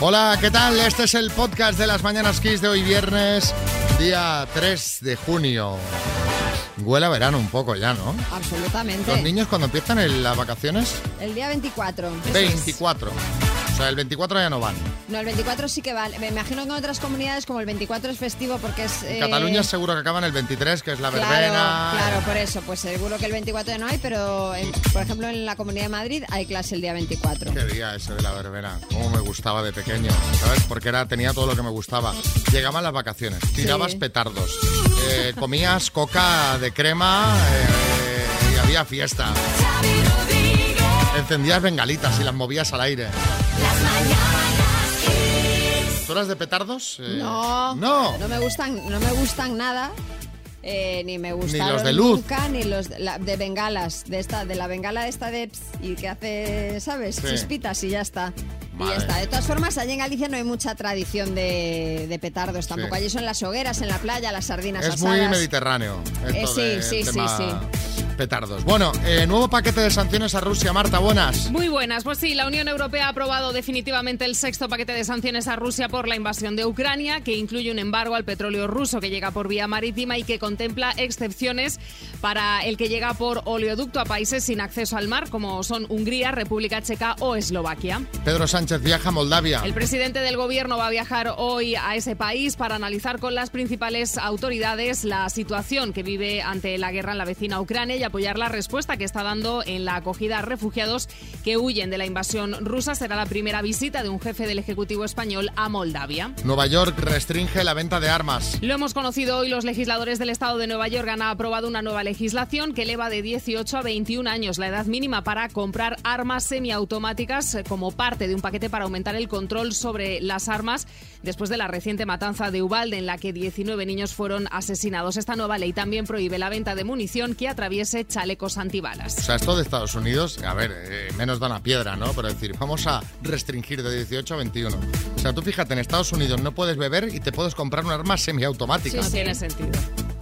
Hola, ¿qué tal? Este es el podcast de las Mañanas Kiss de hoy viernes, día 3 de junio. Huele a verano un poco ya, ¿no? Absolutamente. Los niños cuando empiezan el- las vacaciones, El día 24. 24. O sea, el 24 ya no van. No, el 24 sí que vale. Me imagino que en otras comunidades como el 24 es festivo porque es... En eh, Cataluña seguro que acaban el 23, que es la Claro, verbena. eh. claro, por eso. Pues seguro que el 24 no hay, pero en- por ejemplo en la Comunidad de Madrid hay clase el día 24. Qué día ese de la verbena. Cómo me gustaba de pequeño, ¿sabes? Porque era, tenía todo lo que me gustaba. Llegaban las vacaciones, tirabas petardos, eh, comías coca de crema eh, y había fiesta. Encendías bengalitas y las movías al aire. ¿Tú eras de petardos? Eh, No, No. no me gustan, no me gustan nada. eh, ni me gustaron de luz. nunca, ni los de, la- de bengalas, de esta, de la bengala esta de ps, y que hace, ¿sabes? Sí. Chispitas y ya está. Y Madre. ya está. De todas formas, allí en Galicia no hay mucha tradición de, de petardos tampoco. Sí. Allí son las hogueras en la playa, las sardinas Es muy asadas. mediterráneo. Eh, esto sí, del sí, sí, tema sí. Petardos. Bueno, eh, nuevo paquete de sanciones a Rusia. Marta, buenas. Muy buenas. Pues sí, la Unión Europea ha aprobado definitivamente el sexto paquete de sanciones a Rusia por la invasión de Ucrania, que incluye un embargo al petróleo ruso que llega por vía marítima y que contempla excepciones para el que llega por oleoducto a países sin acceso al mar, como son Hungría, República Checa o Eslovaquia. Pedro Sánchez viaja a Moldavia. El presidente del gobierno va a viajar hoy a ese país para analizar con las principales autoridades la situación que vive ante la guerra en la vecina Ucrania y apoyar la respuesta que está dando en la acogida a refugiados que huyen de la invasión rusa. Será la primera visita de un jefe del Ejecutivo español a Moldavia. Nueva York restringe la venta de armas. Lo hemos conocido hoy, los legisladores del Estado de Nueva York han aprobado una nueva legislación que eleva de 18 a 21 años la edad mínima para comprar armas semiautomáticas eh, como parte de un paquete para aumentar el control sobre las armas después de la reciente matanza de Ubalde en la que 19 niños fueron asesinados. Esta nueva ley también prohíbe la venta de munición que atraviese chalecos antibalas. O sea, esto de Estados Unidos, a ver, eh, menos da una piedra, ¿no? Pero decir, vamos a restringir de 18 a 21. O sea, tú fíjate, en Estados Unidos no puedes beber y te puedes comprar un arma semiautomática. No tiene sentido.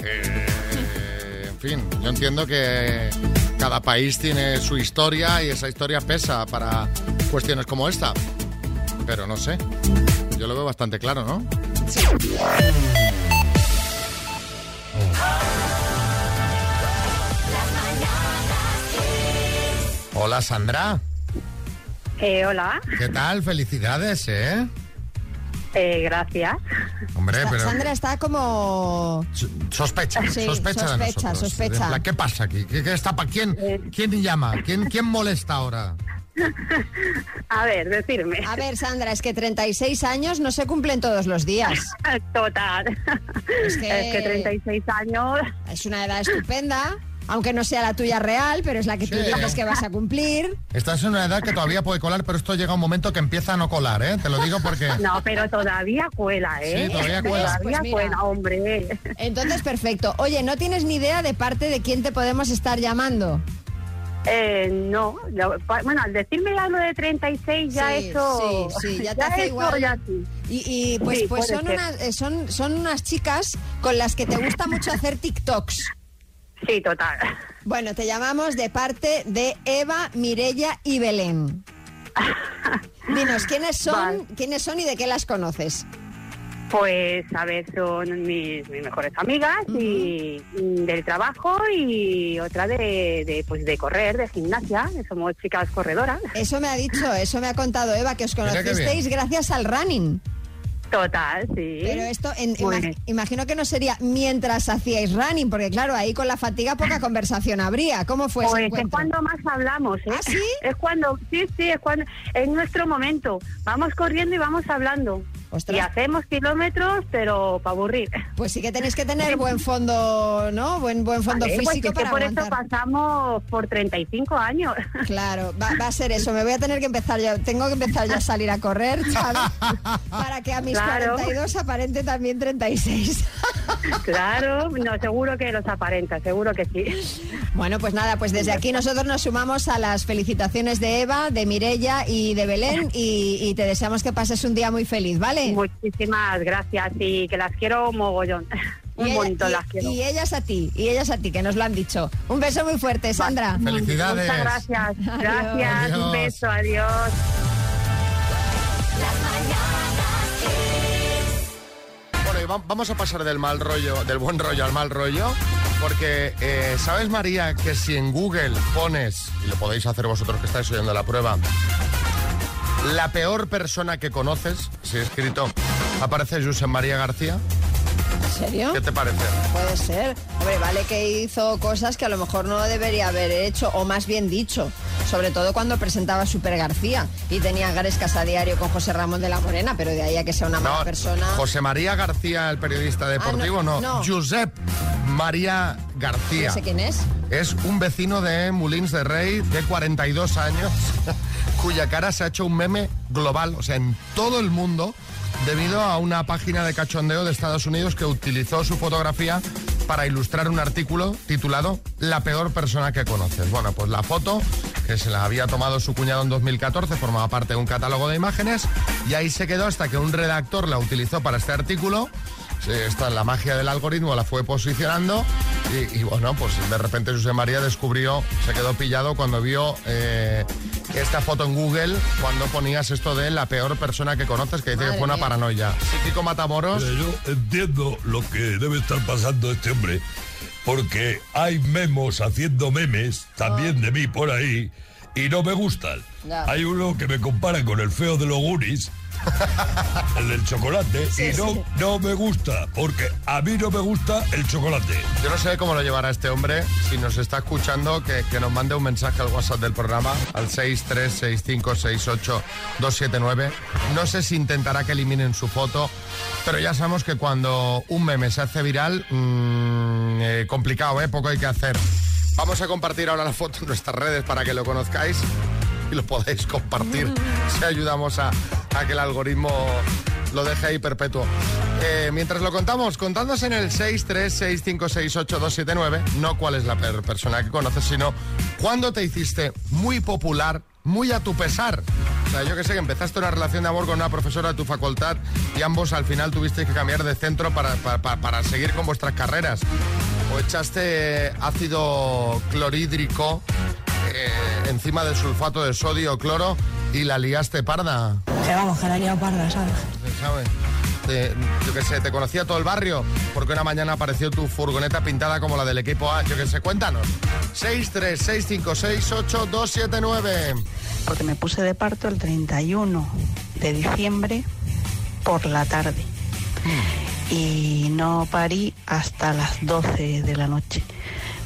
Eh, en fin, yo entiendo que cada país tiene su historia y esa historia pesa para cuestiones como esta. Pero no sé, yo lo veo bastante claro, ¿no? Hola Sandra, Eh, hola, ¿qué tal? Felicidades, ¿eh? eh, gracias. Hombre, pero Sandra está como... sospecha, Sí, sospecha sospecha, de nosotros. sospecha. En plan, ¿Qué pasa aquí? ¿Qué, qué está pa- ¿Quién, ¿Quién llama? ¿Quién, ¿Quién molesta ahora? A ver, decirme. A ver, Sandra, es que 36 años no se cumplen todos los días. Total. Es que- Es que 36 años. Es una edad estupenda, aunque no sea la tuya real, pero es la que tú Sí. dices que vas a cumplir. Estás en una edad que todavía puede colar, pero esto llega un momento que empieza a no colar, ¿eh? Te lo digo porque... No, pero todavía cuela, ¿eh? Sí, todavía cuela. Pues mira. cuela, hombre. Entonces, perfecto. Oye, ¿no tienes ni idea de parte de quién te podemos estar llamando? Eh, no, no, pa- bueno, al decirme ya lo de 36, ya Sí, eso. sí, sí, ya te hace eso, igual. ya sí. Y, y, pues, Sí, pues puede son, ser. unas, eh, son, son unas chicas con las que te gusta mucho hacer TikToks. Sí, total. Bueno, te llamamos de parte de Eva, Mirella y Belén. Dinos, ¿quiénes son, Vale. ¿quiénes son y de qué las conoces? Pues, a ver, son mis, mis mejores amigas y mm, del trabajo y otra de, de, pues, de correr, de gimnasia. que Somos chicas corredoras. Eso me ha dicho, eso me ha contado Eva, que os Mira qué bien. conocisteis gracias al running. Total, sí. Pero esto, en- Muy imag- bien. imagino que no sería mientras hacíais running, porque claro, ahí con la fatiga poca conversación habría. ¿Cómo fue ese Pues es encuentro? cuando más hablamos, ¿eh? ¿Ah, sí? Es cuando, sí, sí, es cuando, es nuestro momento. Vamos corriendo y vamos hablando. Ostras. Y hacemos kilómetros, pero para aburrir. Pues sí que tenéis que tener buen fondo, ¿no? Buen buen fondo Vale, pues físico es que para por aguantar. eso pasamos por 35 años. Claro, va, va a ser eso. Me voy a tener que empezar yo. Tengo que empezar ya a salir a correr, Xavi, para que a mis Claro. 42 aparente también 36. claro, no, seguro que los aparenta, seguro que sí. Bueno, pues nada, pues desde aquí nosotros nos sumamos a las felicitaciones de Eva, de Mirella y de Belén y, y te deseamos que pases un día muy feliz, ¿vale? Muchísimas gracias y que las quiero mogollón. Un y ella- montón y- las quiero. y ellas a ti, y ellas a ti, que nos lo han dicho. Un beso muy fuerte, Sandra. Felicidades. Muchas gracias. Gracias. Adiós. Un beso. Adiós. Las mañanas Bueno, y va- vamos a pasar del mal rollo, del buen rollo al mal rollo, porque eh, sabes María que si en Google pones y lo podéis hacer vosotros que estáis oyendo la prueba, la peor persona que conoces, si he escrito, aparece Josep María García. ¿En serio? ¿Qué te parece? Puede ser. Hombre, vale que hizo cosas que a lo mejor no debería haber hecho, o más bien dicho. Sobre todo cuando presentaba a Super García y tenía grescas a diario con José Ramón de la Morena, pero de ahí a que sea una mala persona. José María García, el periodista deportivo, Ah, no, no, no. Josep María García. No sé quién es. Es un vecino de Mulins de Rey de 42 años, cuya cara se ha hecho un meme global, o sea, en todo el mundo, debido a una página de cachondeo de Estados Unidos que utilizó su fotografía para ilustrar un artículo titulado La peor persona que conoces. Bueno, pues la foto que se la había tomado su cuñado en 2014 formaba parte de un catálogo de imágenes y ahí se quedó hasta que un redactor la utilizó para este artículo Sí, esta es la magia del algoritmo, la fue posicionando y, y, bueno, pues de repente José María descubrió, se quedó pillado cuando vio eh, esta foto en Google, cuando ponías esto de la peor persona que conoces, que dice Madre que fue una mía. paranoia. Psíquico Matamoros, Pero yo entiendo lo que debe estar pasando este hombre, porque hay memos haciendo memes también de mí por ahí y no me gustan. Ya. Hay uno que me compara con el feo de los Goonies, el del chocolate, Sí, y no, sí. no me gusta, porque a mí no me gusta el chocolate. yo no sé cómo lo llevará este hombre, si nos está escuchando, que, que nos mande un mensaje al WhatsApp del programa, al 636568279. No sé si intentará que eliminen su foto, pero ya sabemos que cuando un meme se hace viral, mm, eh, complicado, ¿eh? poco hay que hacer. Vamos a compartir ahora la foto en nuestras redes para que lo conozcáis y lo podáis compartir si ayudamos a, a que el algoritmo lo deje ahí perpetuo. Eh, mientras lo contamos, contadnos en el 636568279, no cuál es la peor persona que conoces, sino cuándo te hiciste muy popular, muy a tu pesar. O sea, yo que sé, que empezaste una relación de amor con una profesora de tu facultad y ambos al final tuvisteis que cambiar de centro para, para- para- para seguir con vuestras carreras. O echaste ácido clorhídrico eh, encima del sulfato de sodio o cloro y la liaste parda. Eh, Que vamos, que la he liado parda, ¿sabes? ¿sabes? Te- yo qué sé, te conocía todo el barrio porque una mañana apareció tu furgoneta pintada como la del equipo A. Yo qué sé, cuéntanos. 636568279. Porque me puse de parto el 31 de diciembre por la tarde. Mm. Y no parí hasta las 12 de la noche.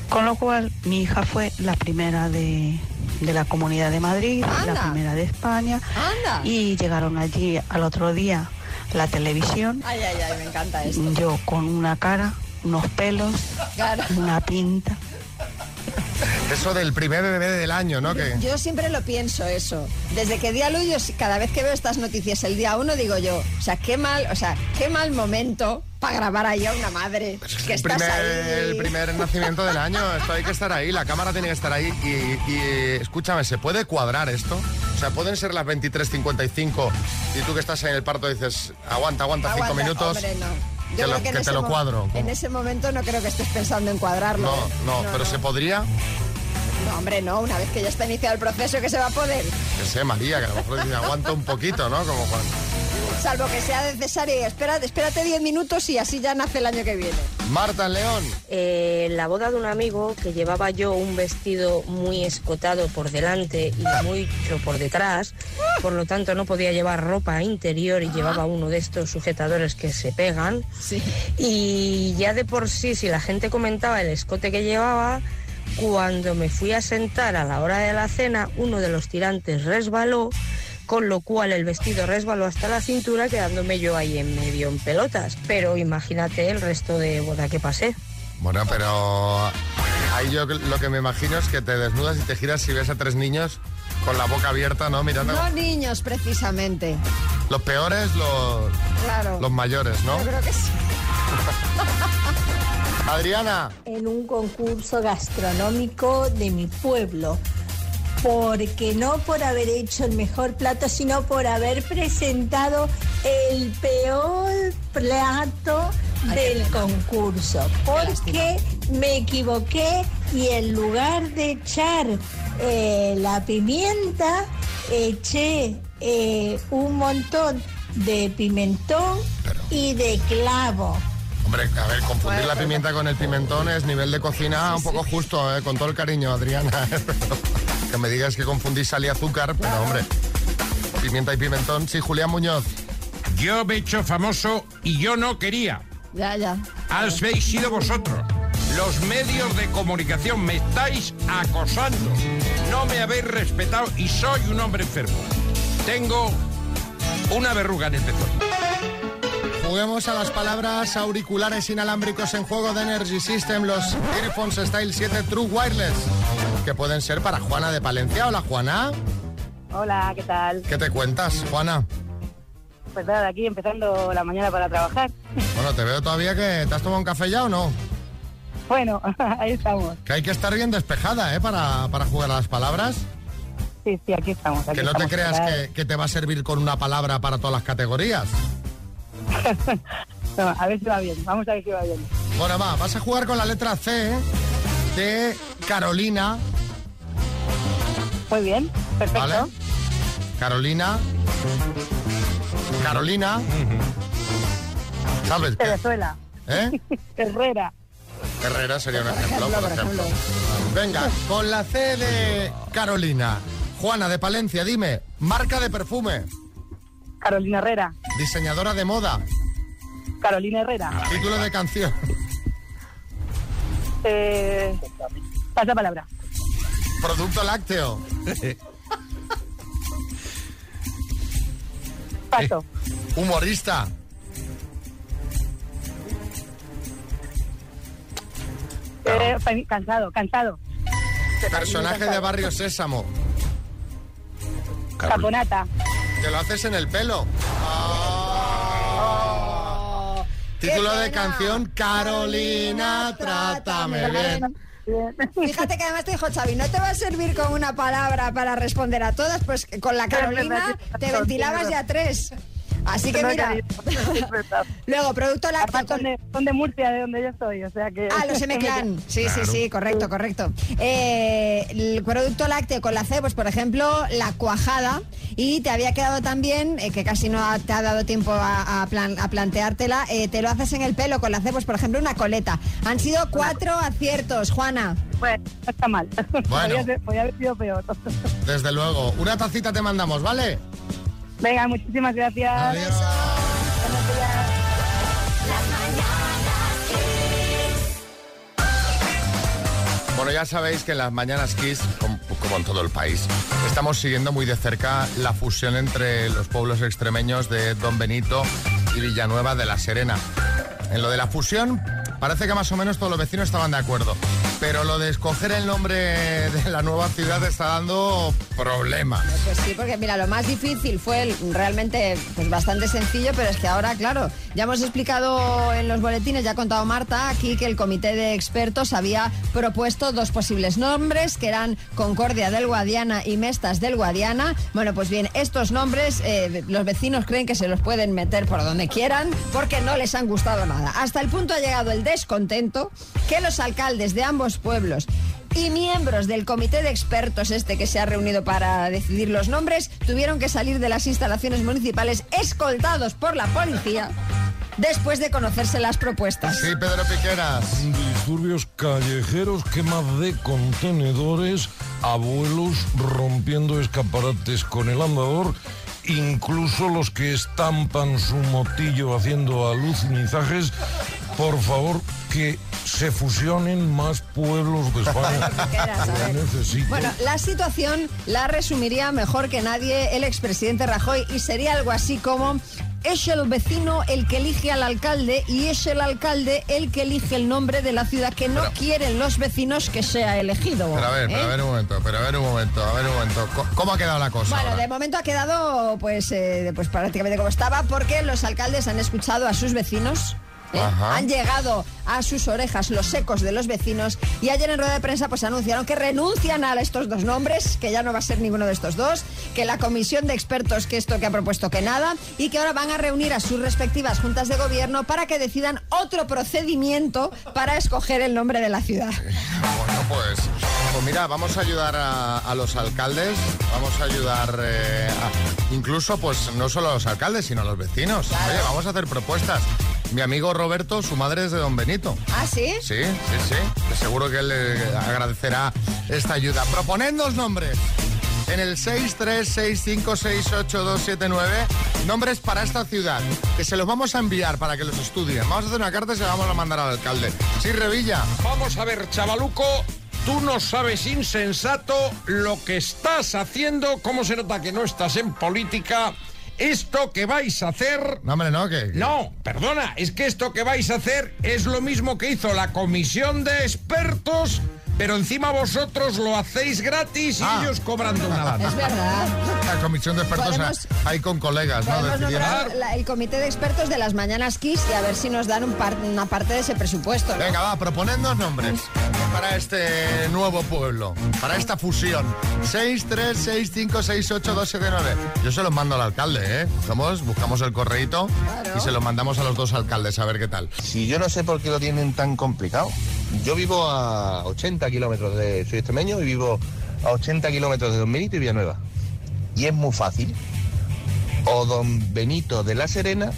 Con lo cual, mi hija fue la primera de, de la Comunidad de Madrid, Anda. la primera de España. Anda. Y llegaron allí al otro día la televisión. Ay, ay, ay, me encanta esto. Yo con una cara, unos pelos, Claro. una pinta. Eso del primer bebé del año, ¿no? Que... Yo siempre lo pienso eso. Desde que di a luz, yo si- cada vez que veo estas noticias el día uno, digo yo, o sea, qué mal, o sea, qué mal momento para grabar ahí a una madre que el, estás primer, ahí. el primer nacimiento del año, esto hay que estar ahí, la cámara tiene que estar ahí y, y, escúchame, ¿se puede cuadrar esto? O sea, pueden ser las 23.55 y tú que estás ahí en el parto dices, aguanta, aguanta, Aguanta, cinco minutos. hombre, no. Yo que creo lo- en que te ese lo mo- cuadro, En ¿cómo? ese momento no creo que estés pensando en cuadrarlo. No, ¿eh? no, pero se podría, No, hombre, no, una vez que ya está iniciado el proceso que se va a poder, que sé, María, que a lo mejor dice, aguanta un poquito, ¿no? Como Juan. salvo que sea necesario y espérate, espérate 10 minutos y así ya nace el año que viene. Marta León, Eh, en la boda de un amigo que llevaba yo un vestido muy escotado por delante y mucho por detrás, por lo tanto no podía llevar ropa interior y llevaba uno de estos sujetadores que se pegan. Sí. Y ya de por sí, si la gente comentaba el escote que llevaba, cuando me fui a sentar a la hora de la cena, uno de los tirantes resbaló, con lo cual el vestido resbaló hasta la cintura, quedándome yo ahí en medio en pelotas. Pero imagínate el resto de boda que pasé. bueno, pero ahí yo lo que me imagino es que te desnudas y te giras y ves a tres niños con la boca abierta, ¿no? Mirando No niños, precisamente. los peores, los, Claro. los mayores, ¿no? Yo creo que sí. Adriana. en un concurso gastronómico de mi pueblo. Porque no por haber hecho el mejor plato, sino por haber presentado el peor plato del concurso. Porque me equivoqué y en lugar de echar eh, la pimienta, eché eh, un montón de pimentón y de clavo. Hombre, a ver, confundir la pimienta con el pimentón es nivel de cocina un poco justo, ¿eh? con todo el cariño, Adriana. que me digas que confundís sal y azúcar, pero hombre, pimienta y pimentón. Sí, Julián Muñoz. Yo me he hecho famoso y yo no quería. Ya, ya. Habéis sido vosotros. Los medios de comunicación me estáis acosando. No me habéis respetado y soy un hombre enfermo. Tengo una verruga en el pezón. Juguemos a las palabras auriculares inalámbricos en juego de Energy System, los Earphones Style 7 True Wireless, que pueden ser para Juana de Palencia. Hola, Juana. Hola, ¿qué tal? ¿Qué te cuentas, Juana? Pues nada, aquí empezando la mañana para trabajar. Bueno, te veo todavía que... ¿Te has tomado un café ya o no? Bueno, ahí estamos. Que hay que estar bien despejada, ¿eh? Para, para jugar a las palabras. Sí, sí, aquí estamos. aquí que no te estamos, creas ¿verdad? que, que te va a servir con una palabra para todas las categorías. No, a ver si va bien, vamos a ver si va bien. Bueno, va, vas a jugar con la letra C ¿eh? de Carolina. Muy bien, perfecto. Carolina. Carolina. ¿Sabes qué? Venezuela. ¿Eh? Herrera. Herrera sería un ejemplo, por ejemplo. Venga, con la C de Carolina. Juana de Palencia, dime, marca de perfume, Carolina Herrera. diseñadora de moda, Carolina Herrera. título de canción, Eh, pasa palabra. producto lácteo, Paso. Eh, humorista, Eh, fa- cansado, cansado. personaje de Barrio Sésamo, Caponata. que lo haces en el pelo. Ah. Título de canción, Carolina, trátame bien. Ah, Fíjate que además te dijo Xavi, no te va a servir con una palabra para responder a todas, pues con la Carolina te ventilabas ya tres. Así que No, mira, cariño, es verdad. luego producto lácteo. Aparte, son de, son de Murcia, de donde yo soy, o sea que... Ah, los M-Clan. Sí, sí, sí, correcto, correcto. Eh, el producto lácteo con la C, pues por ejemplo, la cuajada. Y te había quedado también, eh, que casi no ha- te ha dado tiempo a, a plan- a planteártela, eh, te lo haces en el pelo con la C, pues por ejemplo, una coleta. Han sido cuatro aciertos, Juana. Bueno, no está mal. Podría ser- podría haber sido peor. Desde luego, una tacita te mandamos, ¿vale? Venga, muchísimas gracias. Bueno, ya sabéis que en las mañanas Kiss, com- como en todo el país, estamos siguiendo muy de cerca la fusión entre los pueblos extremeños de Don Benito y Villanueva de la Serena. En lo de la fusión, parece que más o menos todos los vecinos estaban de acuerdo, pero lo de escoger el nombre de la nueva ciudad está dando problemas. Pues sí, porque mira, lo más difícil fue el- realmente pues bastante sencillo, pero es que ahora, claro, ya hemos explicado en los boletines, ya ha contado Marta aquí que el comité de expertos había propuesto dos posibles nombres, que eran Concordia del Guadiana y Mestas del Guadiana. Bueno, pues bien, estos nombres eh, los vecinos creen que se los pueden meter por donde quieran porque no les han gustado nada. Hasta el punto ha llegado el descontento que los alcaldes de ambos pueblos y miembros del comité de expertos este que se ha reunido para decidir los nombres tuvieron que salir de las instalaciones municipales escoltados por la policía después de conocerse las propuestas. Sí, Pedro Piqueras. Disturbios callejeros, quema de contenedores, abuelos rompiendo escaparates con el andador, incluso los que estampan su motillo haciendo alucinizajes. Por favor, que se fusionen más pueblos de España. Piqueras, a ver. Lo necesito. Bueno, la situación la resumiría mejor que nadie el expresidente Rajoy y sería algo así como es el vecino el que elige al alcalde y es el alcalde el que elige el nombre de la ciudad que no quieren los vecinos que sea elegido. Pero a ver, pero ¿eh? a ver un momento, pero a ver un momento, a ver un momento. Co- ¿Cómo ha quedado la cosa? Bueno, ahora? de momento ha pues quedado pues, eh, pues prácticamente como estaba porque los alcaldes han escuchado a sus vecinos ¿eh? Ajá. Han llegado a sus orejas los ecos de los vecinos y ayer en rueda de prensa pues anunciaron que renuncian a estos dos nombres, que ya no va a ser ninguno de estos dos, que la comisión de expertos que esto que ha propuesto que nada y que ahora van a reunir a sus respectivas juntas de gobierno para que decidan otro procedimiento para escoger el nombre de la ciudad. Bueno, pues, pues mira, vamos a ayudar a, a los alcaldes, vamos a ayudar eh, a- incluso, pues no solo a los alcaldes, sino a los vecinos. Oye, vamos a hacer propuestas. Mi amigo Roberto, su madre es de Don Benito. ¿Ah, sí? Sí, sí, sí. Seguro que le agradecerá esta ayuda. Proponednos nombres. En el 636568279, nombres para esta ciudad, que se los vamos a enviar para que los estudien. Vamos a hacer una carta y se la vamos a mandar al alcalde. Sí, Revilla. Vamos a ver, chavaluco, tú no sabes, insensato, lo que estás haciendo, cómo se nota que no estás en política, esto que vais a hacer... No, hombre, no, que... No, perdona, es que esto que vais a hacer es lo mismo que hizo la comisión de expertos, pero encima vosotros lo hacéis gratis y Ah. ellos cobrando una lana. Es verdad. La comisión de expertos Podemos- ahí con colegas, Pues ¿no? Podemos Decidieron. nombrar la- el comité de expertos de las mañanas Kiss y a ver si nos dan un par- una parte de ese presupuesto. ¿no? Venga, va, proponednos nombres para este nuevo pueblo, para esta fusión. 636568279. Yo se los mando al alcalde, ¿eh? Somos, buscamos el correíto y se los mandamos a los dos alcaldes a ver qué tal. Si yo no sé por qué lo tienen tan complicado. Yo vivo a 80 kilómetros de... Soy extremeño y vivo a 80 kilómetros de Don Benito y Villanueva. Y es muy fácil. O Don Benito de La Serena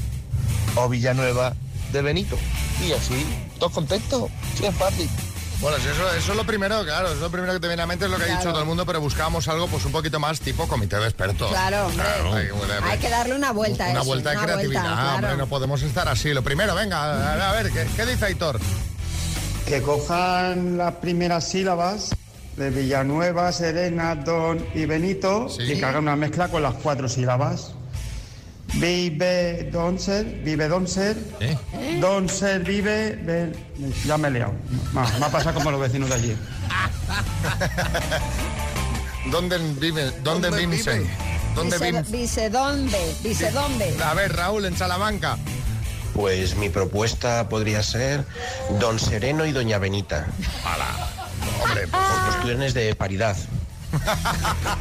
o Villanueva de Benito. Y así, dos contentos. Sí, es fácil. Bueno, si eso, eso es lo primero, claro, eso es lo primero que te viene a la mente, es lo que ha dicho todo el mundo, pero buscábamos algo pues un poquito más tipo comité de expertos. Claro, hombre. Hay que- Hay que darle una vuelta a Una eso, vuelta de una creatividad, Ah, vuelta, hombre, claro. no podemos estar así. Lo primero, venga, a, a ver, ¿qué, qué dice Aitor? Que cojan las primeras sílabas de Villanueva, Serena, Don y Benito y que hagan una mezcla con las cuatro sílabas. Vive Donser, vive Donser, Donser vive, ve- ya me he liado. Me me ha pasado como los vecinos de allí. ¿Dónde vive? ¿Dónde, Vincent? ¿Dónde Vice- Vincent? Vicedombe, Vicedombe. A ver, Raúl, en Salamanca. Pues mi propuesta podría ser Don Sereno y Doña Benita. pues, Hombre, por cuestiones de paridad.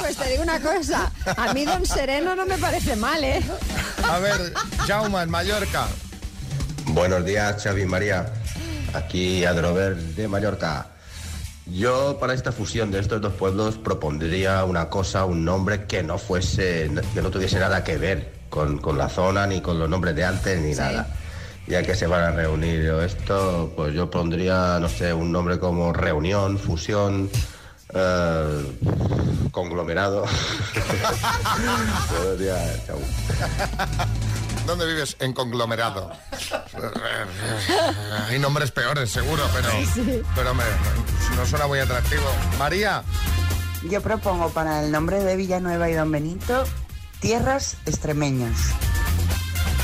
Pues te digo una cosa, a mí Don Sereno no me parece mal, ¿eh? A ver, Jaume, en Mallorca. Buenos días, Xavi y María. Aquí Adrover de Mallorca. Yo para esta fusión de estos dos pueblos propondría una cosa, un nombre que no fuese, que no tuviese nada que ver con, con la zona, ni con los nombres de antes, ni nada. Ya que se van a reunir o esto, pues yo pondría, no sé, un nombre como reunión, fusión, eh, conglomerado. Buenos días, chao. ¿Dónde vives? En conglomerado. Hay nombres peores, seguro, pero. Pero, hombre, no suena muy atractivo. María, Yo propongo para el nombre de Villanueva y Don Benito, Tierras Extremeñas.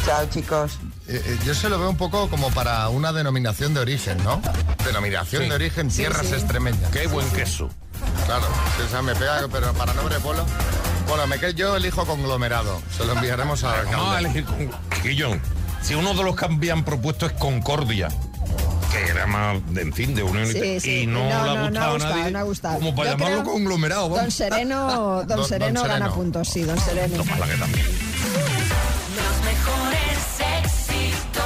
Chao, chicos. Eh, yo se lo veo un poco como para una denominación de origen, ¿no? Denominación Sí. de origen Sí, tierras sí. extremeñas. Qué buen queso. Claro, o sea, me pega, pero para nombre de pueblo. Bueno, me que yo elijo conglomerado. Se lo enviaremos a Vamos a elegir con... Quillón, si uno de los que habían propuesto es Concordia, que era más, de- en fin, de unión Sí, y- sí. y no, le ha no gustado ha a gustado, nadie. no ha gustado. Como para Yo llamarlo creo- conglomerado, vamos. Don Sereno, don, Don- don Sereno gana Sereno. puntos, sí, Don Sereno. Ojalá que también. Los mejores éxitos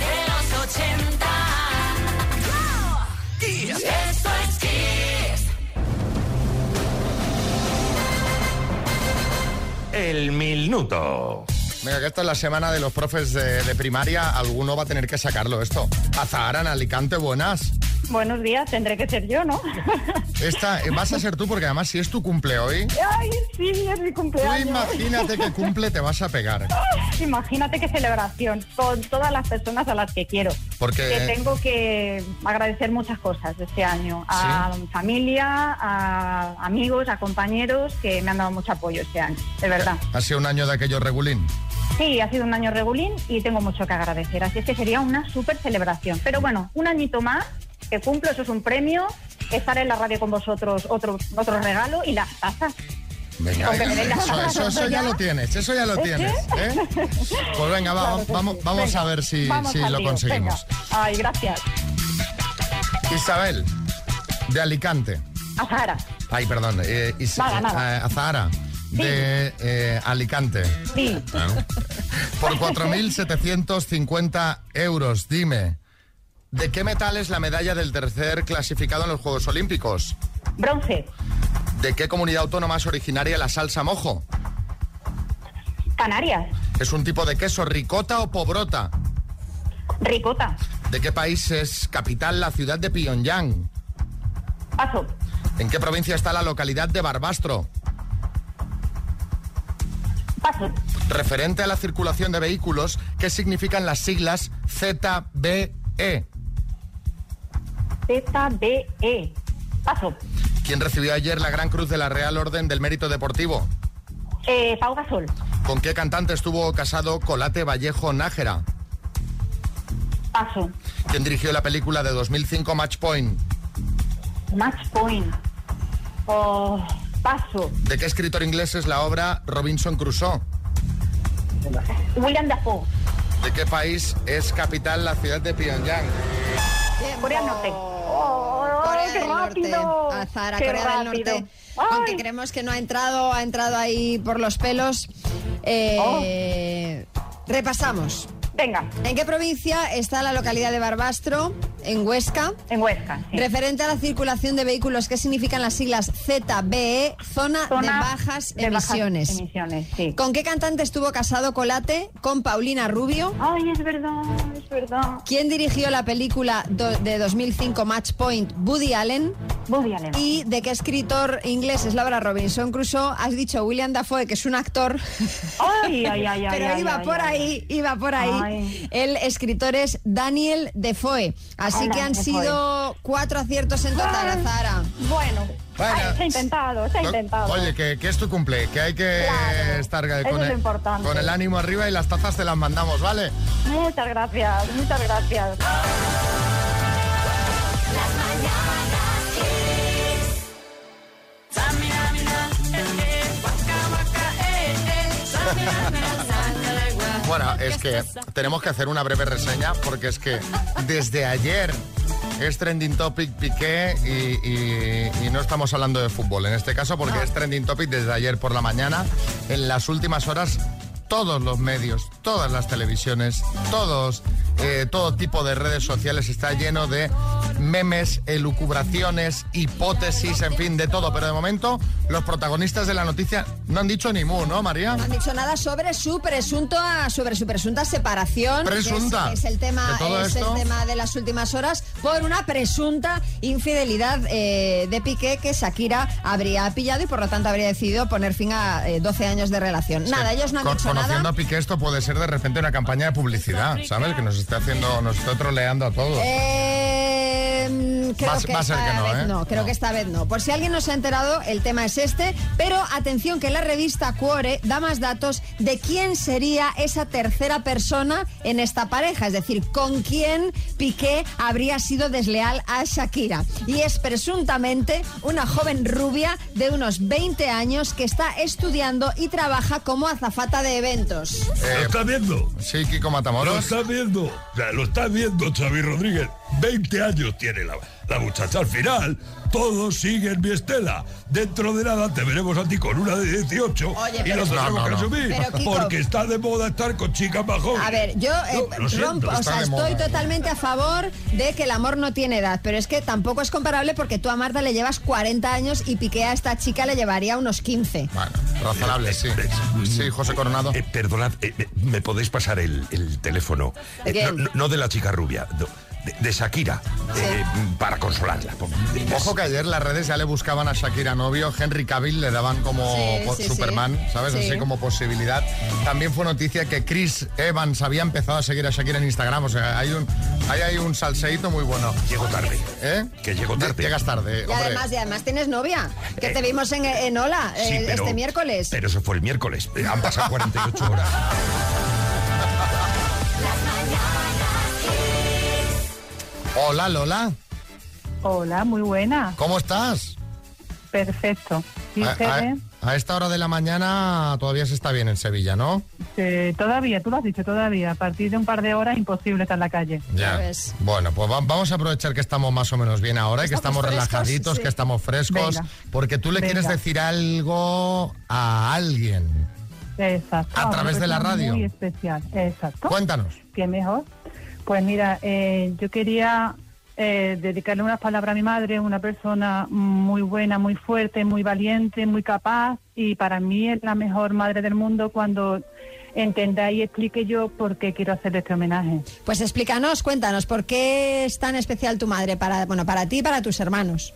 de los 80. Esto es Kiss. El minuto. Mira, que esta es la semana de los profes de, de primaria. Alguno va a tener que sacarlo esto. Azahara, en Alicante, buenas. Buenos días, tendré que ser yo, ¿no? Esta eh, vas a ser tú porque además si es tu cumple hoy, Ay, sí, es mi tú cumpleaños. imagínate que cumple te vas a pegar. Imagínate qué celebración con todas las personas a las que quiero. Porque- Que tengo que agradecer muchas cosas este año. A familia, a amigos, a compañeros que me han dado mucho apoyo este año, de verdad. Ha sido un año de aquello regulín. Sí, ha sido un año regulín y tengo mucho que agradecer. Así es que sería una súper celebración. Pero bueno, un añito más que cumplo, eso es un premio. Estar en la radio con vosotros, otro, otro regalo y las tazas. Venga, Con que venga, me venga. eso, eso, eso ya lo tienes, eso ya lo ¿Es que? tienes. ¿eh? Pues venga, va, ¿Este? Claro que vamos, sí. vamos Venga, a ver si, vamos si al lo lío, conseguimos. venga. Ay, gracias. Isabel, de Alicante. A Sara. Ay, perdón. eh, Is- Nada, nada. eh, Azahara, de eh, Alicante. Sí. Claro. Por 4.750 euros, dime. ¿De qué metal es la medalla del tercer clasificado en los Juegos Olímpicos? Bronce. ¿De qué comunidad autónoma es originaria la salsa mojo? Canarias. ¿Es un tipo de queso ricota o pobrota? Ricota. ¿De qué país es capital la ciudad de Pyongyang? Paso. ¿En qué provincia está la localidad de Barbastro? Paso. Referente a la circulación de vehículos, ¿qué significan las siglas E? ZBE? ZBE. E. Paso. ¿Quién recibió ayer la Gran Cruz de la Real Orden del Mérito Deportivo? Eh, Pau Gasol. ¿Con qué cantante estuvo casado Colate Vallejo Nájera? Paso. ¿Quién dirigió la película de 2005 Match Point? Match point. Oh, paso. ¿De qué escritor inglés es la obra Robinson Crusoe? William Dafoe. ¿De qué país es capital la ciudad de Pyongyang? Corea del Norte. Oh. Corea ¡Oh, qué del rápido. Norte. Azahara, Qué Corea del rápido. Norte. Aunque creemos que no ha entrado, ha entrado ahí por los pelos. Eh, Repasamos. Oh. Venga. ¿En qué provincia está la localidad de Barbastro? En Huesca. En Huesca. sí. Referente a la circulación de vehículos, ¿qué significan las siglas ZBE? Zona, de Zona bajas de bajas emisiones. emisiones, sí. ¿Con qué cantante estuvo casado Colate? Con Paulina Rubio. Ay, es verdad, es verdad. ¿Quién dirigió la película do- de 2005 Match Point? Woody Allen. Woody Allen. ¿Y de qué escritor inglés es la obra Robinson Crusoe? Has dicho William Dafoe, que es un actor. Ay, ay, ay, ay, Pero ay, iba ay, por ay, ahí, iba por ahí. Ay. El escritor es Daniel Defoe. Así Hola, que han Defoe. sido cuatro aciertos en total, Ay. Azahara. Bueno, Bueno. ay, se ha intentado, se ha No, intentado. Oye, que, que es tu cumple, que hay que estar eh, eso con es lo el, importante. con el ánimo arriba y las tazas te las mandamos, ¿vale? Muchas gracias, muchas gracias. Bueno, es que tenemos que hacer una breve reseña porque es que desde ayer es trending topic Piqué y, y- y no estamos hablando de fútbol en este caso porque es trending topic desde ayer por la mañana. En las últimas horas todos los medios, todas las televisiones, todos, eh, todo tipo de redes sociales está lleno de memes, elucubraciones, hipótesis, en fin, de todo. Pero de momento los protagonistas de la noticia no han dicho ni mu, ¿no, María? No han dicho nada sobre su presunto sobre su presunta separación. que es- Presunta. que es, el tema, Que todo es esto- el tema de las últimas horas por una presunta infidelidad eh, de Piqué que Shakira habría pillado y por lo tanto habría decidido poner fin a eh, 12 años de relación. Nada, ellos no han Con- dicho conociendo nada. a Piqué esto puede ser de repente una campaña de publicidad, ¿sabes? Que nos está haciendo, nos está troleando a todos. Eh, mm, creo Va a- que va a ser esta que no, vez ¿eh? no, creo que esta vez no. Por si alguien no se ha enterado, el tema es este, pero atención que la revista Cuore da más datos de quién sería esa tercera persona en esta pareja, es decir, con quién Piqué habría sido desleal a Shakira. Y es presuntamente una joven rubia de unos 20 años que está estudiando y trabaja como azafata de eventos. ¿Lo estás viendo? Sí, Kiko Matamoros. Lo estás viendo. O sea, lo estás viendo, Xavi Rodríguez. 20 años tiene la, la muchacha. Al final, todos siguen mi estela. Dentro de nada te veremos a ti con una de 18 Oye, y pero- nos tenemos No, no, que no. asumir. Pero, Kiko- Porque está de moda estar con chicas más jóvenes. A ver, yo eh, No, lo siento, rompo, o está sea, de estoy moda. ¿eh? totalmente a favor de que el amor no tiene edad, pero es que tampoco es comparable porque tú a Marta le llevas 40 años y Piqué a esta chica le llevaría unos 15. Razonable, sí. Sí, José Coronado. perdonad, eh, eh, ¿me podéis pasar el, el teléfono? Eh, Bien. no, no- no de la chica rubia, no, de, de Shakira, eh, para consolarla. por- eh, Ojo que ayer las redes ya le buscaban a Shakira novio, Henry Cavill le daban como Sí, po- sí, Superman, sí. ¿sabes? Sí. Así como posibilidad. También fue noticia que Chris Evans había empezado a seguir a Shakira en Instagram, o sea, hay un, ahí hay un salseíto muy bueno. Llego tarde. ¿Eh? Que llego tarde. Llegas tarde, Y hombre. además, y además tienes novia, que Eh, te vimos en, en Hola Sí, eh, pero- este miércoles. Pero eso fue el miércoles. eh, Han pasado 48 horas. Hola, Lola. Hola, muy buena. ¿Cómo estás? Ah, Perfecto. ¿Y A- a- ustedes? A esta hora de la mañana todavía se está bien en Sevilla, ¿no? Eh, todavía, tú lo has dicho, todavía. A partir de un par de horas, imposible estar en la calle. Bueno, pues va- vamos a aprovechar que estamos más o menos bien ahora, y que Estamos estamos frescos, relajaditos, sí. que estamos frescos, Venga. porque tú le Venga. quieres decir algo a alguien. Exacto. A través de la Una radio. Muy especial, exacto. Cuéntanos. Qué mejor. Pues mira, eh, yo quería eh, dedicarle unas palabras a mi madre, una persona muy buena, muy fuerte, muy valiente, muy capaz y para mí es la mejor madre del mundo cuando entenda y explique yo por qué quiero hacer este homenaje. Pues explícanos, cuéntanos, ¿por qué es tan especial tu madre para, bueno, para ti y para tus hermanos?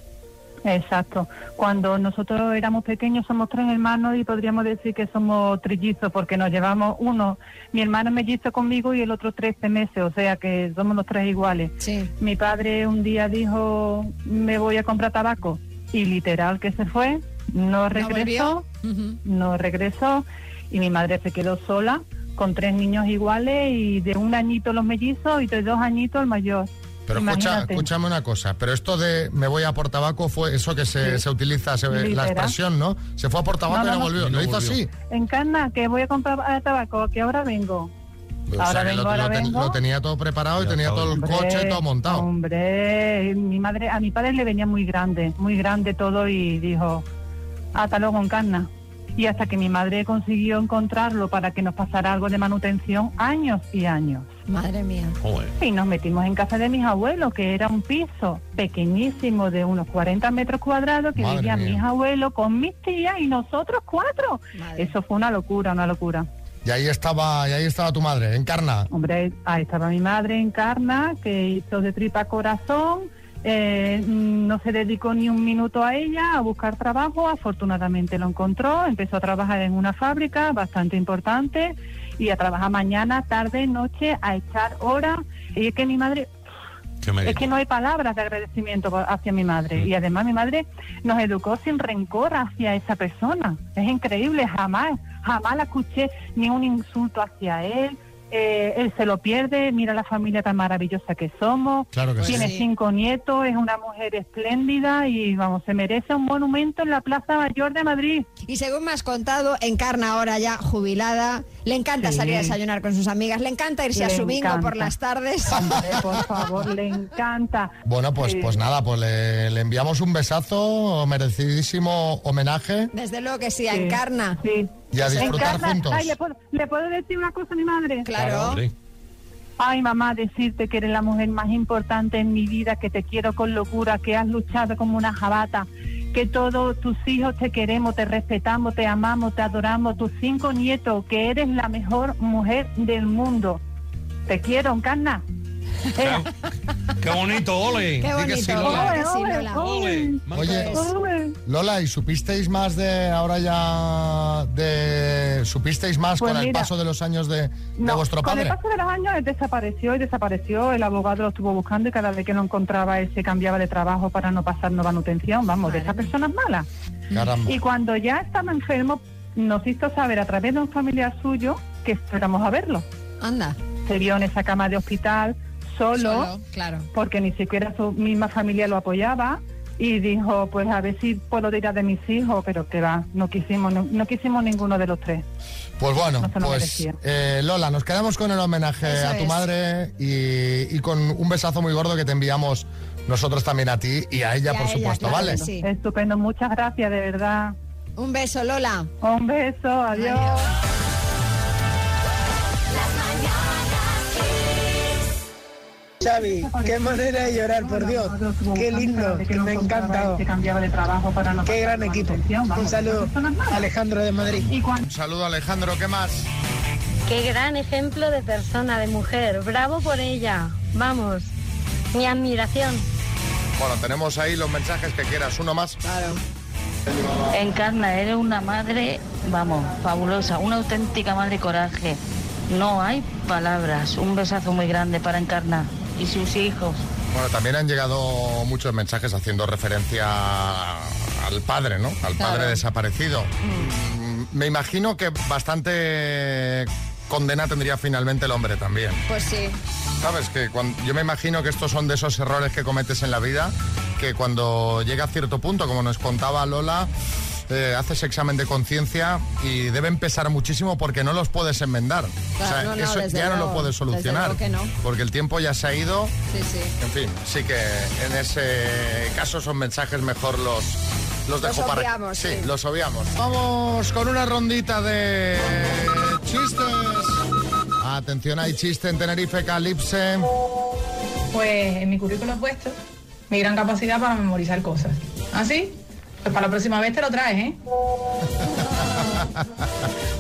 Exacto. Cuando nosotros éramos pequeños somos tres hermanos y podríamos decir que somos trillizos porque nos llevamos uno, mi hermano mellizo conmigo y el otro 13 meses, o sea que somos los tres iguales. Mi padre un día dijo, me voy a comprar tabaco y literal que se fue, no regresó, no regresó y mi madre se quedó sola con tres niños iguales y de un añito los mellizos y de dos añitos el mayor. Pero escucha, Imagínate. escúchame una cosa, pero esto de me voy a por tabaco fue eso que se, se utiliza, se- la Literal. expresión, ¿no? Se fue a por tabaco y no volvió, lo hizo así. Encarna, que voy a comprar ah, tabaco, que ahora vengo. Pues O ahora sea, que vengo, lo, ahora lo ten- vengo. lo tenía todo preparado y tenía todo el Hombre, coche todo montado. Hombre, mi madre, a mi padre le venía muy grande, muy grande todo y dijo, hasta luego, Encarna. Y hasta que mi madre consiguió encontrarlo para que nos pasara algo de manutención, años y años. Madre mía. Y nos metimos en casa de mis abuelos, que era un piso pequeñísimo de unos 40 metros cuadrados, que Madre vivían mía. mis abuelos con mis tías y nosotros cuatro. Eso fue una locura, una locura. Y ahí estaba, y ahí estaba tu madre, encarna. Hombre, ahí estaba mi madre encarna, que hizo de tripa corazón, eh, no se dedicó ni un minuto a ella, a buscar trabajo, afortunadamente lo encontró, empezó a trabajar en una fábrica bastante importante y a trabajar mañana, tarde, noche, a echar horas. Y es que mi madre es que no hay palabras de agradecimiento por- hacia mi madre. Mm. Y además mi madre nos educó sin rencor hacia esa persona. Es increíble, jamás, jamás la escuché ni un insulto hacia él. Eh, él se lo pierde, mira la familia tan maravillosa que somos. Claro que sí. Tiene Sí. cinco nietos, es una mujer espléndida y vamos, se merece un monumento en la Plaza Mayor de Madrid. Y según me has contado, encarna ahora ya jubilada, le encanta Sí. salir a desayunar con sus amigas, le encanta irse a Le su bingo por encanta. las tardes. Hombre, por favor, le encanta. Bueno, pues, pues nada, pues le, le enviamos un besazo, merecidísimo homenaje. Desde luego que sí, a Sí, Encarna. Sí. Y a disfrutar Encarna, juntos. ay, ¿le, puedo, le puedo decir una cosa a mi madre? Hombre. Ay, mamá, decirte que eres la mujer más importante en mi vida, que te quiero con locura, que has luchado como una jabata, que todos tus hijos te queremos, te respetamos, te amamos, te adoramos, tus cinco nietos, que eres la mejor mujer del mundo. Te quiero, Encarna. Ea. Qué bonito, ole. Di que sí, Lola. Ole, ole, ole. Oye, Ole. Lola, ¿y supisteis más de ahora ya de supisteis más Pues con el mira. paso de los años de, de No, vuestro Con el padre? paso de los años él desapareció y desapareció. El abogado lo estuvo buscando y cada vez que lo encontraba él se cambiaba de trabajo para no pasar nueva manutención. Vamos, de esas personas malas. Caramba. Y cuando ya estaba enfermo, nos hizo saber a través de un familiar suyo que fuéramos a verlo. Anda. Se vio en esa cama de hospital solo, Solo, claro. porque ni siquiera su misma familia lo apoyaba. Y dijo, pues a ver si puedo tirar de mis hijos, pero que va, no quisimos, no, no quisimos ninguno de los tres. Pues bueno, No se lo pues merecía. eh, Lola, nos quedamos con el homenaje Eso a tu es. madre y, y con un besazo muy gordo que te enviamos nosotros también a ti y a ella, por supuesto, ¿vale? Estupendo, muchas gracias, de verdad. Un beso, Lola. Un beso, adiós. Xavi, qué manera de llorar, por Dios. Qué lindo, que me ha este encantado. Qué gran equipo. Un saludo, Alejandro de Madrid. Un saludo, Alejandro, ¿qué más? Qué gran ejemplo de persona, de mujer. Bravo por ella. Vamos. Mi admiración. Bueno, tenemos ahí los mensajes que quieras, uno más. Claro. Encarna, eres una madre, vamos, fabulosa, una auténtica madre coraje. No hay palabras. Un besazo muy grande para Encarna y sus hijos. Bueno, también han llegado muchos mensajes haciendo referencia al padre, ¿no? Al padre desaparecido. Mm, Me imagino que bastante condena tendría finalmente el hombre también. Pues sí. Sabes que cuan- yo me imagino que estos son de esos errores que cometes en la vida que cuando llega a cierto punto, como nos contaba Lola, eh, haces examen de conciencia y deben pesar muchísimo porque no los puedes enmendar. Claro, o sea, no, no, eso desde ya no luego, lo puedes desde solucionar. luego que no. Porque el tiempo ya se ha ido. Sí, sí. En fin, sí que en ese caso son mensajes mejor los, los Los dejo para. obviamos, sí. los obviamos. Vamos con una rondita de chistes. Atención, hay chiste en Tenerife, Calipse. Pues en mi currículum he puesto mi gran capacidad para memorizar cosas. ¿Así? pues para la próxima vez te lo traes, ¿eh?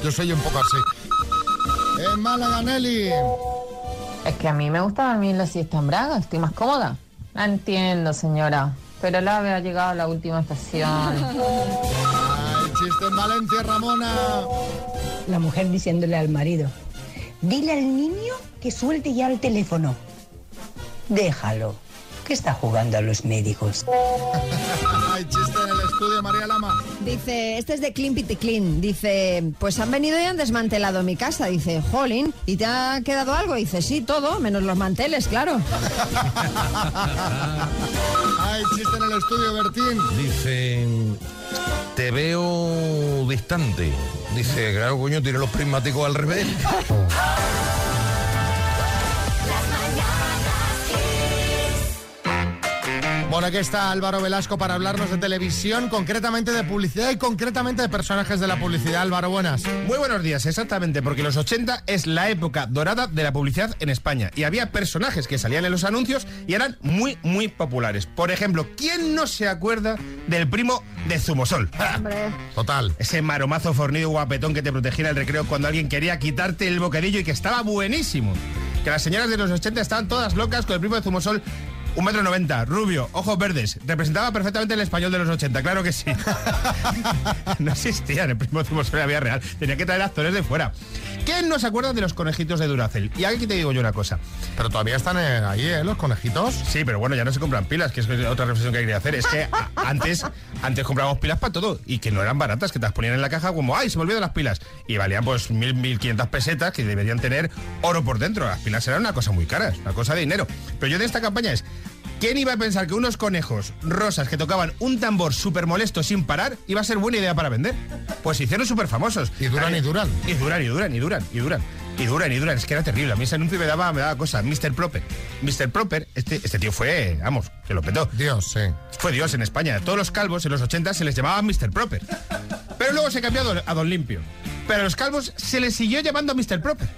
Yo soy un poco así. En Málaga, Nelly. Es que a mí me gusta dormir la siesta en Braga, estoy más cómoda. La entiendo, señora, pero la ave ha llegado a la última estación. El chiste en Valencia, Ramona. La mujer diciéndole al marido, dile al niño que suelte ya el teléfono. Déjalo, que está jugando a los médicos. Hay chiste en el estudio, María Lama. Dice, este es de Clean Pity Clean. Dice, pues han venido y han desmantelado mi casa. Dice, jolín, ¿y te ha quedado algo? Dice, sí, todo, menos los manteles, claro. Hay chiste en el estudio, Bertín. Dicen, te veo distante. Dice, claro, coño, tiene los prismáticos al revés. Bueno, aquí está Álvaro Velasco para hablarnos de televisión, concretamente de publicidad y concretamente de personajes de la publicidad. Álvaro, buenas. Muy buenos días, exactamente, porque los 80 es la época dorada de la publicidad en España y había personajes que salían en los anuncios y eran muy, muy populares. Por ejemplo, ¿quién no se acuerda del primo de Zumosol? Total. Ese maromazo fornido guapetón que te protegía en el recreo cuando alguien quería quitarte el bocadillo y que estaba buenísimo. Que las señoras de los 80 estaban todas locas con el primo de Zumosol. Un metro noventa, rubio, ojos verdes. Representaba perfectamente el español de los 80, claro que sí. no existía en el primo Zumosol en la vida real. Tenía que traer actores de fuera. ¿Quién no se acuerda de los conejitos de Duracel? Y aquí te digo yo una cosa. Pero todavía están eh, ahí, ¿eh? Los conejitos. Sí, pero bueno, ya no se compran pilas, que es otra reflexión que hay que hacer. Es que a- antes, antes comprábamos pilas para todo y que no eran baratas, que te las ponían en la caja como, ¡ay, se me olvidan las pilas! Y valían pues mil, mil quinientas pesetas que deberían tener oro por dentro. Las pilas eran una cosa muy cara, una cosa de dinero. Pero yo de esta campaña es, ¿quién iba a pensar que unos conejos rosas que tocaban un tambor súper molesto sin parar iba a ser buena idea para vender? Pues se hicieron súper famosos. Y duran y duran. Y duran y duran y duran y duran. Y duran y duran, es que era terrible. A mí ese anuncio me daba, me daba cosa. Mr. Proper. Mr. Proper, este, este tío fue, vamos, que lo petó. Dios, sí. Fue Dios en España. Todos los calvos en los 80 se les llamaba Mr. Proper. Pero luego se cambió a Don, a Don Limpio. Pero a los calvos se les siguió llamando Mr. Proper.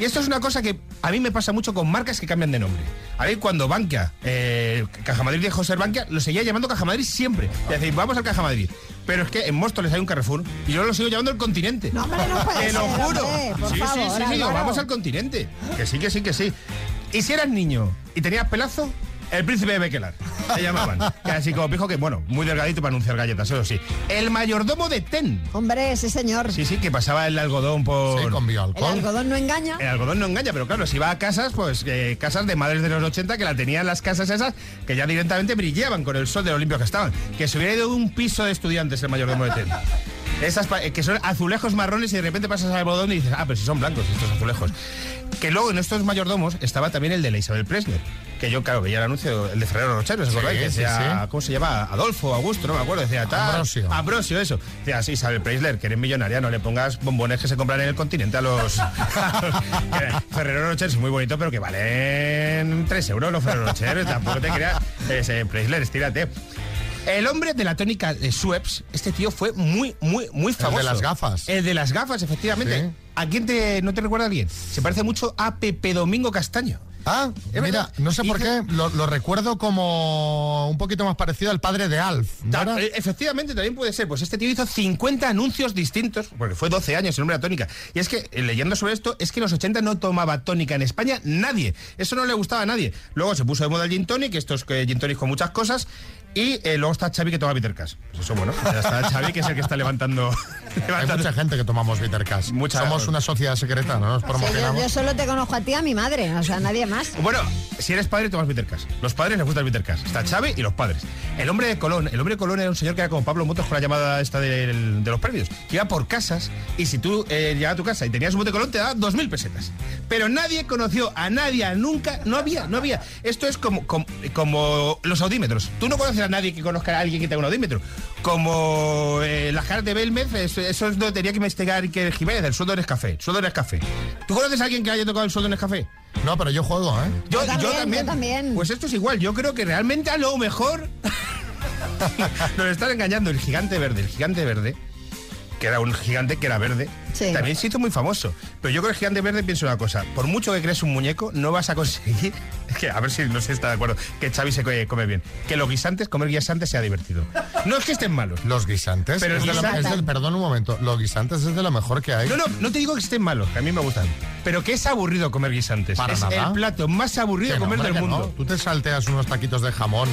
Y esto es una cosa que a mí me pasa mucho con marcas que cambian de nombre. A mí cuando Bankia, eh, Caja Madrid dejó de ser Bankia, lo seguía llamando Caja Madrid siempre. Y decís, vamos al Caja Madrid. Pero es que en Móstoles hay un Carrefour y yo lo sigo llamando el continente. No, no puede Te lo ser, juro. hombre, por sí, sí, favor, sí, sí, digo, Álvaro. vamos al continente. Que sí, que sí, que sí. Y si eras niño y tenías pelazo, el príncipe de Bekelar. Te llamaban. Que así como pijo que, bueno, muy delgadito para anunciar galletas, eso sí. El mayordomo de Ten. Hombre, ese señor. Sí, sí, que pasaba el algodón por... Sí, con El algodón no engaña. el algodón no engaña, pero claro, si va a casas, pues eh, casas de madres de los 80 que la tenían las casas esas, que ya directamente brillaban con el sol de los limpios que estaban. Que se hubiera ido de un piso de estudiantes el mayordomo de Ten. Esas pa- eh, que son azulejos marrones y de repente pasas al algodón y dices, ah, pero si son blancos estos azulejos. Que luego en estos mayordomos estaba también el de la Isabel Presner. Que yo, claro, veía el anuncio, el de Ferrero Rocher, ¿os acordáis? Que sí, decía, sí. ¿Cómo se llama? Adolfo, Augusto, no me acuerdo. Decía, tal. Ambrosio. Ambrosio, eso. Decía, sí, Isabel Preisler, que eres millonaria, no le pongas bombones que se compran en el continente a los. Ferrero Rocher es muy bonito, pero que valen 3 euros los Ferrero Rocher. Tampoco te creas. Ese Preisler, estírate. El hombre de la tónica de Sueps, este tío fue muy, muy, muy El de famoso. las gafas. El Eh, de las gafas, efectivamente. Sí. ¿A quién te, no te recuerda bien? Se parece mucho a Pepe Domingo Castaño. Ah, Mira, no sé por qué, lo, lo recuerdo como un poquito más parecido al padre de Alf. ¿no era? eh, Efectivamente, también puede ser. Pues este tío hizo 50 anuncios distintos, porque fue 12 años el hombre de la tónica. Y es que, eh, leyendo sobre esto, es que en los 80 no tomaba tónica en España nadie. Eso no le gustaba a nadie. Luego se puso de moda el gin tonic, estos eh, gin tonics con muchas cosas. Y eh, luego está Xavi que toma Peter Cash. Pues eso, bueno, ya está Xavi que es el que está levantando... Hay mucha gente que tomamos Bitter Cash. Somos una sociedad secreta, no Sí, nos yo, promocionamos. yo solo te conozco a ti, a mi madre, o sea, nadie más. Bueno, si eres padre, tomas bittercast. Los padres les gusta el bittercast. Está Chávez y los padres. El hombre de Colón, el hombre de Colón era un señor que era como Pablo Motos con la llamada esta del- de los premios, que iba por casas y si tú eh, llegabas a tu casa y tenías un bote de Colón, te daba 2.000 pesetas. Pero nadie conoció a nadie, a nunca, no había, no había. Esto es como, como, como los audímetros. Tú no conoces a a nadie que conozca a alguien que tenga un odímetro. Como eh, las caras de Belmez, es- eso es lo que tenía que investigar que Jiménez, el sueldo en café. Sueldo en café. ¿Tú conoces a alguien que haya tocado el sueldo en café? No, pero yo juego, ¿eh? Yo, Yo también, yo Pues esto es igual. Yo creo que realmente a lo mejor nos están engañando. El gigante verde, el gigante verde, que era un gigante que era verde, también se hizo muy famoso. Pero yo con el gigante verde pienso una cosa. Por mucho que crees un muñeco, no vas a conseguir... es que, a ver si no se está de acuerdo. Que Xavi se co- eh, come bien. Que los guisantes, comer guisantes sea divertido. No es que estén malos. Los guisantes. Pero es de lo- guisantes- es del- perdón un momento. Los guisantes es de lo mejor que hay. No, no, no te digo que estén malos, que a mí me gustan. Pero que es aburrido comer guisantes. Para es nada. el plato más aburrido de Que no, comer hombre, del que no. mundo. Tú te salteas unos taquitos de jamón,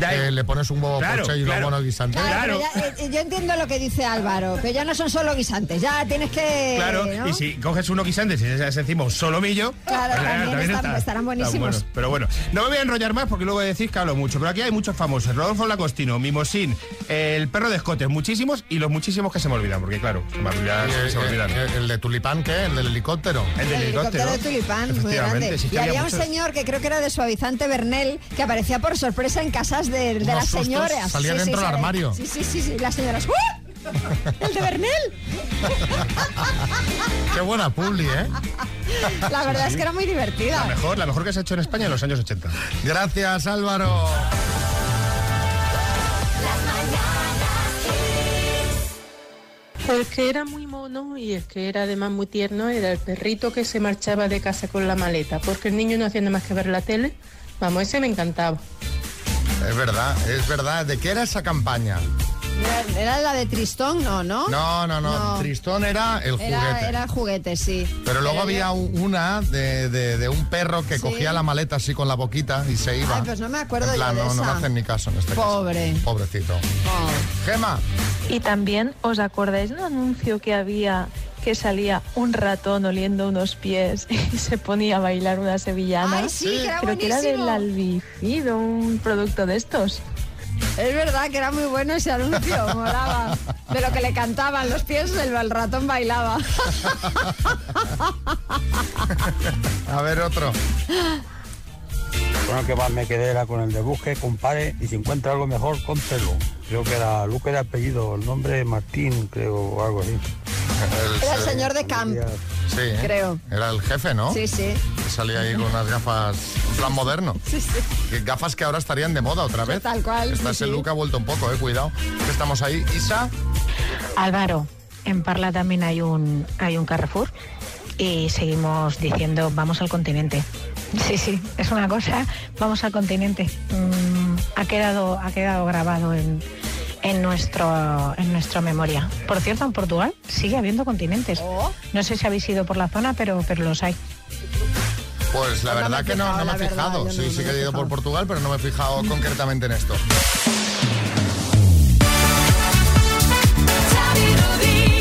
eh, le pones un huevo Claro, poché y claro. luego unos guisantes. Claro, pero ya, eh, yo entiendo lo que dice Álvaro, que ya no son solo guisantes, ya tienes que. Claro, ¿no? y si coges uno guisantes y le echas encima un solomillo, pues, eh, Claro, también están- estarán buenísimos. bueno. Pero bueno, no me voy a enrollar más porque luego decís que hablo mucho. Pero aquí hay muchos famosos: Rodolfo Lacostino, Mimosín, el perro de escotes, muchísimos y los muchísimos que se me olvidan, porque claro, se me olvidan. Y, se me eh, olvidan. ¿El de tulipán qué? ¿El del helicóptero? El del El helicóptero de tulipán, muy Efectivamente, grande. sí, es que y había había un muchos. señor que creo que era de suavizante Bernel, que aparecía por sorpresa en casas de, de Unos las sustos, señoras. salía dentro del sale- armario. Sí, sí, sí, sí, las señoras. ¡Uh! ¡El de Bernel! Qué buena publi, ¿eh? La verdad es que era muy divertida. La mejor, la mejor que se ha hecho en España en los años 80. Gracias, Álvaro. El que era muy mono y el que era además muy tierno era el perrito que se marchaba de casa con la maleta, porque el niño no hacía nada más que ver la tele. Vamos, ese me encantaba. Es verdad, es verdad. ¿De qué era esa campaña? Era- Era la de Tristón, no, ¿no? No, no, no. Tristón era el Era- juguete. Era el juguete, sí. Pero luego yo- había un- una de, de- de un perro que Sí. cogía la maleta así con la boquita y se iba. Ay, pues no me acuerdo En plan, yo de no, no esa. me hacen ni caso en este Pobre. caso. Pobrecito. Gema. Y también, ¿os acordáis de un anuncio que había que salía un ratón oliendo unos pies y se ponía a bailar una sevillana? Ay, sí, que era Creo que era del buenísimo. Albifid o un producto de estos. Es verdad que era muy bueno ese anuncio, molaba. De lo que le cantaban los pies, el, el ratón bailaba. A ver otro. Bueno, el que más me quedé era con el de busque, compare y si encuentra algo mejor, cómprelo. Creo que era Luque era apellido, el nombre Martín, creo, o algo así. Era el señor de Camp. Sí, ¿eh? Creo. Era el jefe, ¿no? Sí, sí. Que salía ahí con unas gafas, en plan moderno. Sí, sí. Que Gafas que ahora estarían de moda otra vez. Tal cual, Está sí, ese sí. look ha vuelto un poco, eh. Cuidado. Que estamos ahí. Isa. Álvaro, en Parla también hay un, hay un Carrefour y seguimos diciendo vamos al continente. Sí, sí, es una cosa, vamos al continente. Mm, ha, quedado, ha quedado grabado en, en, nuestro, en nuestra memoria. Por cierto, en Portugal sigue habiendo continentes. No sé si habéis ido por la zona, pero, pero los hay. Pues la verdad que no, no me he fijado. sí, sí que he ido por Portugal, pero no me he fijado concretamente en esto. Xavi Rodríguez.